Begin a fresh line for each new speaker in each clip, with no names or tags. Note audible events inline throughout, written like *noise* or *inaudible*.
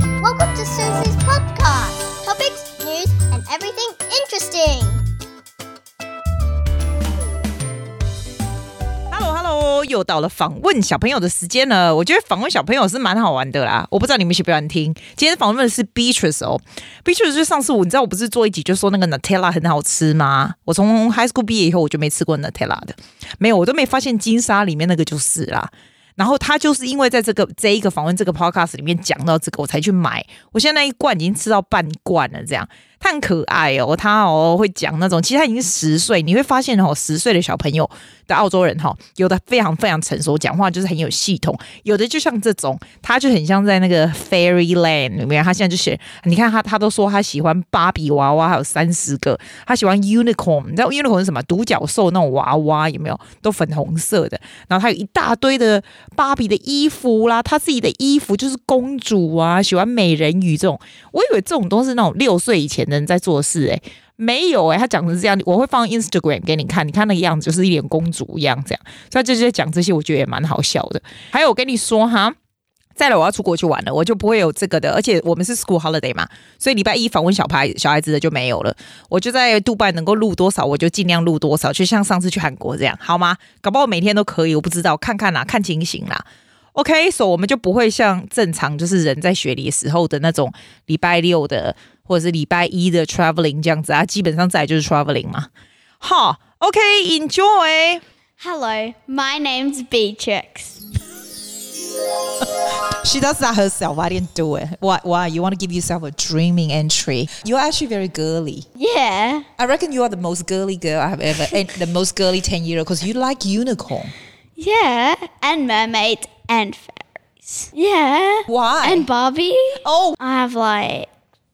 to Susie's podcast. Topics, news, and everything interesting.
Hello Hello，又到了访问小朋友的时间了。我觉得访问小朋友是蛮好玩的啦，我不知道你们喜不喜欢听。今天访问的是 Beatrice 哦，Beatrice 就是上次我你知道我不是做一集就说那个 Nutella 很好吃吗？我从 High School 毕业以后我就没吃过 Nutella 的，没有，我都没发现金沙里面那个就是啦。然后他就是因为在这个这一个访问这个 podcast 里面讲到这个，我才去买。我现在那一罐已经吃到半罐了，这样他很可爱哦。他哦会讲那种，其实他已经十岁，你会发现哦，十岁的小朋友的澳洲人哈、哦，有的非常非常成熟，讲话就是很有系统；有的就像这种，他就很像在那个 Fairyland 里面。他现在就写，你看他他都说他喜欢芭比娃娃，还有三十个，他喜欢 unicorn，你知道 unicorn 是什么？独角兽那种娃娃有没有？都粉红色的，然后他有一大堆的。芭比的衣服啦，她自己的衣服就是公主啊，喜欢美人鱼这种。我以为这种都是那种六岁以前的人在做事、欸，诶，没有诶、欸，他讲成这样，我会放 Instagram 给你看，你看那个样子就是一脸公主一样这样。所以他就在讲这些，我觉得也蛮好笑的。还有我跟你说哈。再来，我要出国去玩了，我就不会有这个的。而且我们是 school holiday 嘛，所以礼拜一访问小孩小孩子的就没有了。我就在杜拜能够录多少，我就尽量录多少，就像上次去韩国这样，好吗？搞不好每天都可以，我不知道，看看啦，看情形啦。OK，所、so、以我们就不会像正常就是人在学里时候的那种礼拜六的或者是礼拜一的 traveling 这样子啊，基本上再就是 traveling 嘛。好，OK，enjoy、okay,。
Hello, my name's Beatrix.
She does that herself. I didn't do it. Why? Why? You want to give yourself a dreaming entry? You're actually very girly.
Yeah.
I reckon you are the most girly girl I have ever, and the most girly ten year old because you like unicorn.
Yeah. And mermaids and fairies. Yeah.
Why?
And Barbie.
Oh,
I have like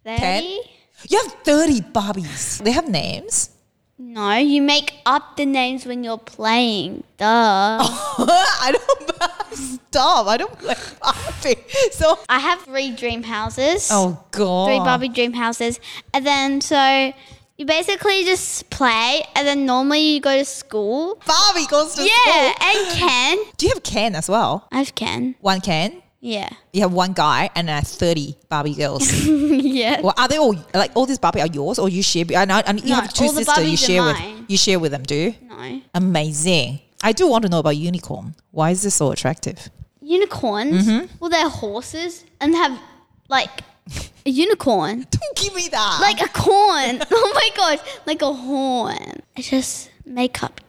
30.
Ten? you have thirty Barbies. They have names. *laughs*
No, you make up the names when you're playing. Duh.
Oh. I don't *laughs* stop. I don't like Barbie. *laughs* So
I have three dream houses.
oh god.
Three Barbie dream houses. And then so you basically just play and then normally you go to school.
Barbie goes to
Yeah,
school.
and Ken.
Do you have Ken as well?
I've Ken.
One Ken. *laughs*
Yeah. *laughs*
You have one guy and then thirty Barbie girls.
yeah.
well, are they all like all these Barbie are yours or you share? And, I, and you
No,
have two
all the
sisters. You
Barbies are
share with
mine.
you share with them. Do you?
No.
Amazing. I do want to know about unicorn. Why is this so attractive? *laughs*
Unicorns. Well, they're horses and have like a unicorn.
Don't give me that.
like a corn. oh my gosh, like a horn. It's just makeup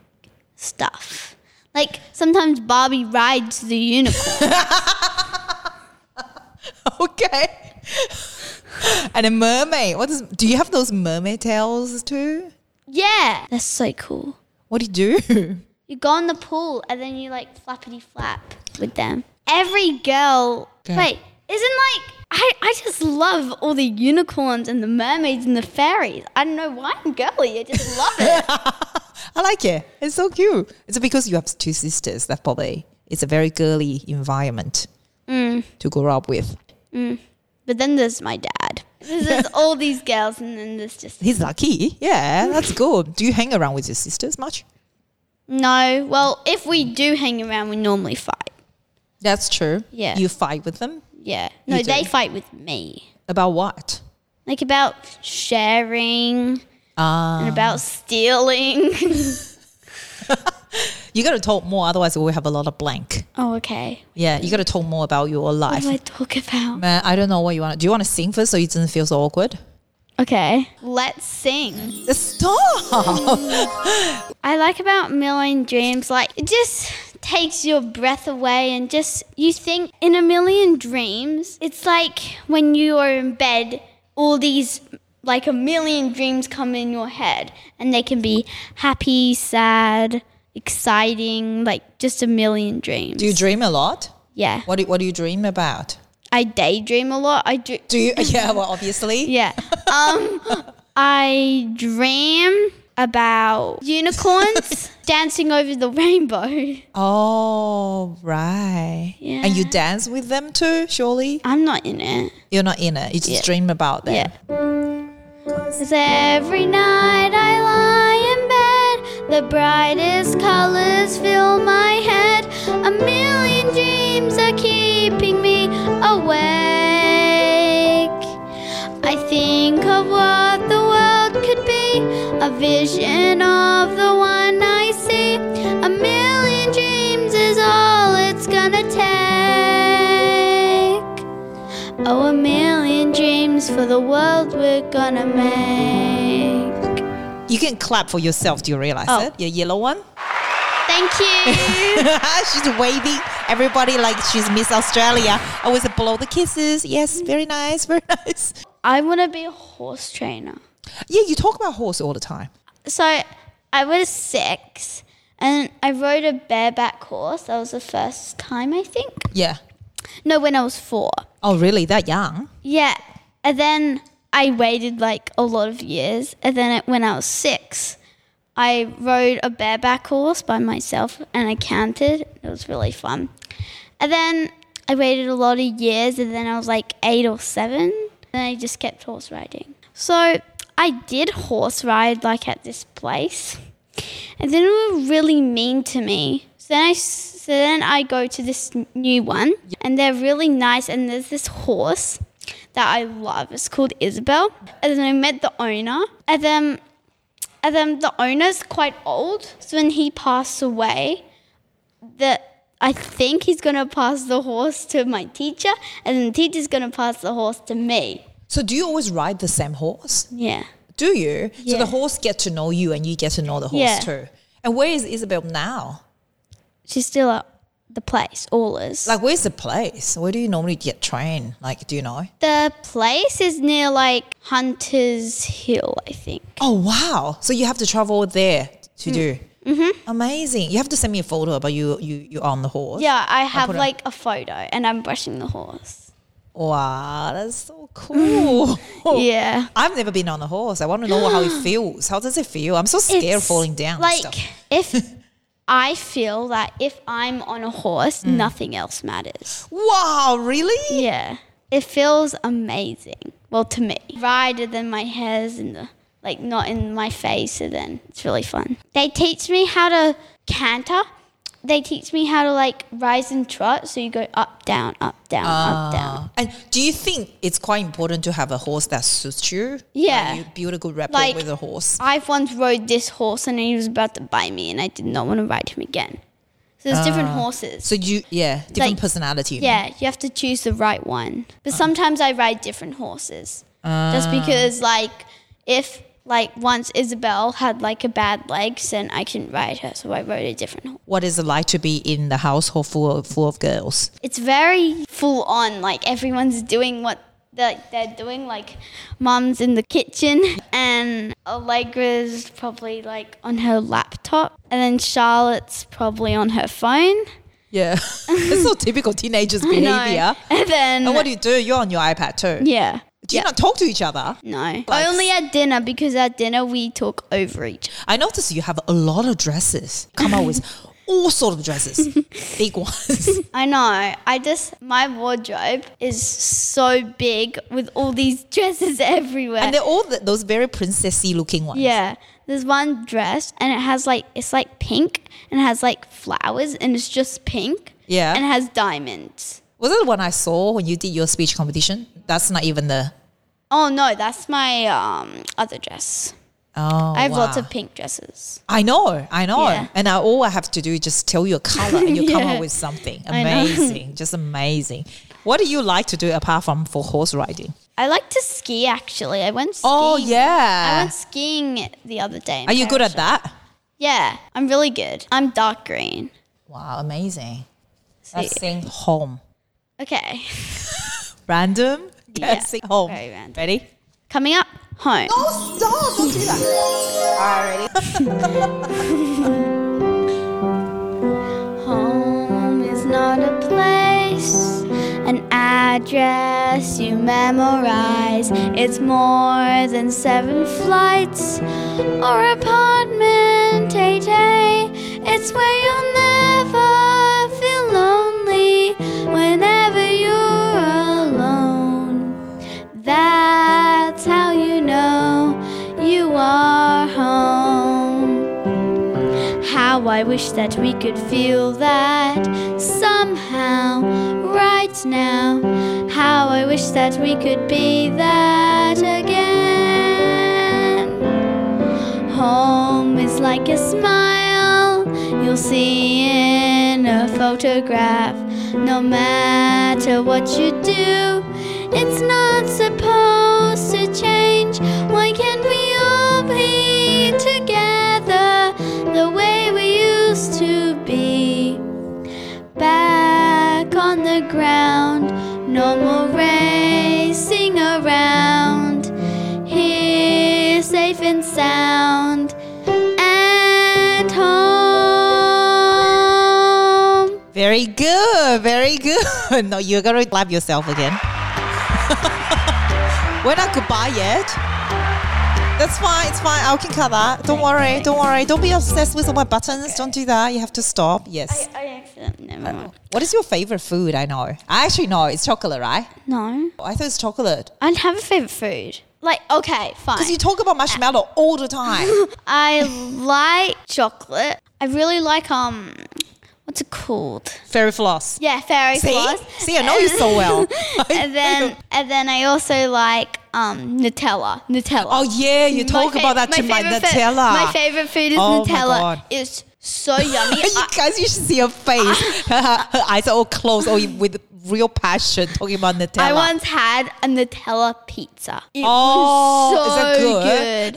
stuff. Like sometimes Barbie rides the unicorn.
*laughs* okay. *laughs* and a mermaid. What is? Do you have those mermaid tails too?
yeah, that's so cool.
What do you do? *laughs*
You go in the pool and then you like flappity flap with them. Every girl,
Okay.
wait, isn't like I, I just love all the unicorns and the mermaids and the fairies. I don't know why I'm girly. I just love it.
I like it. It's so cute. It's because you have two sisters. That probably it's a very girly environment
Mm.
to grow up with.
but then there's my dad. There's
*laughs*
all these girls, and then there's just
He's lucky. Yeah, that's good. Do you hang around with your sisters much?
no. Well, if we do hang around, we normally fight.
That's true.
Yeah.
You fight with them
Yeah. No,
You
they
do.
fight with me.
about what?
Like about sharing
Ah,
and about stealing. *laughs*
you got to talk more. Otherwise, we'll have a lot of blank.
oh, okay.
Yeah, you got to talk more about your
What
life.
do I talk about?
Man, I don't know what you want. Do you want to sing first so it doesn't feel so awkward?
Okay. Let's sing. *laughs*
Stop.
I like about Million Dreams, like, it just takes your breath away and just, you think in a million dreams, it's like when you are in bed, all these. Like a million dreams come in your head, and they can be happy, sad, exciting, like just a million dreams.
Do you dream a lot?
Yeah.
What do, what do you dream about?
I daydream a lot. I do.
Do you? *laughs* Yeah, well, obviously.
Yeah.
*laughs*
Um, I dream about
*laughs*
unicorns dancing over the rainbow.
Oh, right.
Yeah.
And you dance with them too, surely?
I'm not in it.
You're not in it. You just
Yeah.
dream about them.
Yeah. 'Cause every night I lie in bed, the brightest colors fill my head. A million dreams are keeping me awake. vision of the one I see. A million dreams is all it's gonna take. Oh, a million dreams for the world we're gonna make.
You can clap for yourself. Do you realize
Oh.
it? Your yellow one.
Thank you.
*laughs* she's waving everybody like she's Miss Australia. Always blow the kisses. Yes, very nice, very *laughs* nice.
*laughs* I wanna be a horse trainer.
Yeah, you talk about horse all the time.
So I was six and I rode a bareback horse. That was the first time, I think.
Yeah.
No, when I was four.
Oh, really? That young?
Yeah. And then I waited like a lot of years. And then it, when I was six, I rode a bareback horse by myself and I counted. It was really fun. And then I waited a lot of years. And then I was like eight or seven. And I just kept horse riding. So I did horse ride like at this place. And then they were really mean to me. So then I, s- so then I go to this n- new one, and they're really nice. And there's this horse that I love. It's called Isabel. And then I met the owner, and then and then the owner's quite old. So when he passed away, the I think he's gonna pass the horse to my teacher, and then the teacher's gonna pass the horse to me.
So do you always ride the same horse?
Yeah.
Do you? So
Yeah.
the horse get to know you and you get to know the horse
Yeah.
too. And where is Isabel now?
She's still at the place, Allers.
Like where's the place? Where do you normally get trained? Like do you know?
The place is near like Hunter's Hill, I think.
Oh wow. So you have to travel there to do. Mm-hmm. Amazing. You have to send me a photo about you you you on the horse.
Yeah, I have
put it-
like a photo and I'm brushing the horse.
Wow, that's so
*laughs*
cool.
Yeah.
I've never been on a horse. I want to know how
*gasps*
it feels. How does it feel? I'm so scared of
It's
falling down. and
Like
stuff. *laughs*
if I feel that if I'm on a horse,
Mm.
nothing else matters.
wow, really?
Yeah. It feels amazing. Well, to me. Right, and then my hair's in the like not in my face, and then it's really fun. They teach me how to canter. They teach me how to like rise and trot, so you go up, down, up, down, up, down.
And do you think it's quite important to have a horse that suits you? Like,
Yeah.
you build a good rapport
Like-
with a horse.
I've once rode this horse and he was about to bite me, and I did not want to ride him again. So there's different horses.
So you, yeah, different
Like-
personality. you mean.
yeah, you have to choose the right one.
Uh.
But sometimes I ride different horses.
Ah.
just because, like, if, like, once Isabel had, like, a bad legs, then I couldn't ride her, so I rode a different horse.
What is it like to be in the household full of, full of girls?
It's very full on. Like, everyone's doing what like, they're doing. Like, mom's in the kitchen, and Allegra's probably, like, on her laptop, and then Charlotte's probably on her phone.
Yeah. *laughs* it's
*laughs*
so typical teenagers'
You
behavior.
know? *laughs* And then.
And what do you do? You're on your iPad too.
yeah.
Do you not talk to each other?
No. I only at dinner because at dinner we talk over each other.
I noticed you have a lot of dresses. Come
*laughs*
out with all sort of dresses, big ones.
I know. I just, my wardrobe is so big with all these *laughs* dresses everywhere.
And they're all th those very princessy looking ones.
yeah. There's one dress and it has like, it's like pink and it has like flowers and it's just pink.
Yeah.
And it has diamonds.
Was that the one I saw when you did your speech competition? That's not even the.
Oh no, that's my um, other dress.
Oh,
I have lots
wow.
of pink dresses.
I know, I know,
Yeah.
and I, all I have to do is just tell you a color, and
*laughs*
you come
Yeah.
up with something
I know.
amazing, just amazing. What do you like to do apart from for horse riding?
I like to ski actually. I went skiing.
Oh
I
yeah,
went skiing the other day. in
are you good at
Perisher.
that?
Yeah, I'm really good. I'm dark green.
Wow, amazing.
See.
That's saying home.
Okay.
Random.
Yeah,
That's saying home.
very random.
Ready?
Coming up, home.
No, Oh, stop! Don't do that. Alrighty.
Home is not a place, an address you memorize. It's more than seven flights or apartment, AJ. It's where you'll never feel lonely whenever you're alone. That's how you know you are home. How I wish that we could feel that somehow right now. How I wish that we could be that again. Home like a smile you'll see in a photograph. No matter what you do, it's not supposed to change. Why can't we all be together the way we used to be? back on the ground. No more racing around. Here, safe and sound. And home.
Very good, very good. *laughs* No, you're gonna clap yourself again. *laughs* We're not goodbye yet. That's fine, it's fine. I can cut that. Don't worry, don't worry. Don't be obsessed with all my buttons. Don't do that. You have to stop. Yes.
I accidentally never mind.
What is your favorite food? I know. I actually know. It's chocolate, right?
No.
I thought it's chocolate.
I don't have a favorite food. Like, okay, fine.
Because you talk about marshmallow all the
*laughs*
time.
I like chocolate. I really like, um, what's it called?
Fairy floss.
Yeah, fairy
See?
floss.
See, I know you so well.
*laughs*
*laughs*
and then and then I also like um, Nutella. Nutella.
Oh yeah, you talk
fa-
about that to my
favorite food-
Nutella.
my favorite food is
Oh my
Nutella.
God.
It's so *laughs*
*laughs*
yummy.
you
I,
guys, you should see her
*laughs*
face. her, her eyes are all closed, all with real passion, talking about Nutella.
I once had a Nutella pizza. It
Oh,
was
is
so
that good?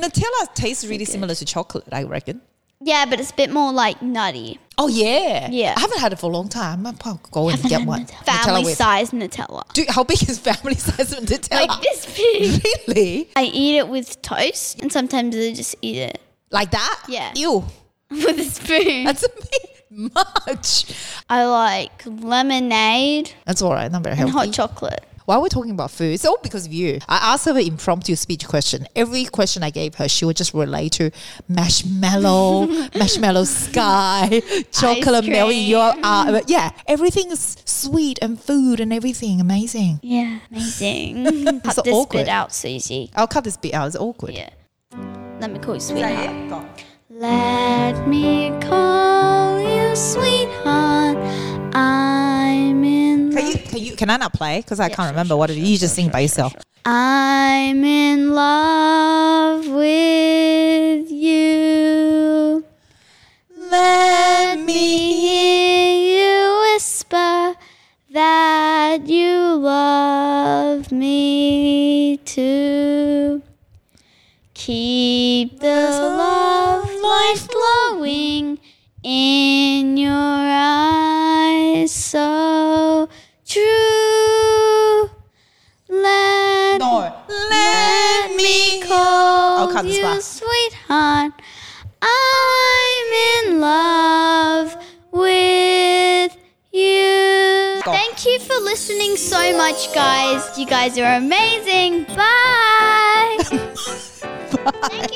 good?
Nutella tastes really similar to chocolate, I reckon.
Yeah, but it's a bit more like nutty.
Oh yeah,
Yeah.
I haven't had it for a long time. I'm probably go and
Haven't
get
had
one.
Nutella.
Nutella
*laughs* Family
with.
size Nutella.
*laughs* Dude, how big is family *laughs* size of Nutella?
*gasps* Like this big.
Really?
I eat it with toast, and sometimes I just eat it *laughs*
Like that?
Yeah.
Ew,
with a spoon.
that's a bit *laughs* much.
I like lemonade
That's all right. Not very
and
healthy.
hot chocolate.
While we're talking about food, it's all because of you. I asked her an impromptu speech question. Every question I gave her, she would just relate to
*laughs*
marshmallow, marshmallow sky, chocolate milk.
cream.
Your uh, yeah, everything is sweet and food and everything amazing.
Yeah,
*laughs*
amazing. Cut
So
this
awkward.
bit out, Susie.
I'll cut this bit out. It's awkward.
Yeah. Let me call you sweetheart.
Yeah.
Let me call you sweetheart. I'm in
Can
love.
you can you can I not play? Because I can't remember what it is. You just sing by yourself.
I'm in love with you.
Let
Me
me.
hear you whisper that you love me too. Keep the love light glowing in your eyes so true. Let
No. Let me.
call
cut Oh, this
you
part.
sweetheart. I'm in love with you.
Go.
Thank you for listening so much, guys. You guys are amazing. Bye.
Bye.
Thank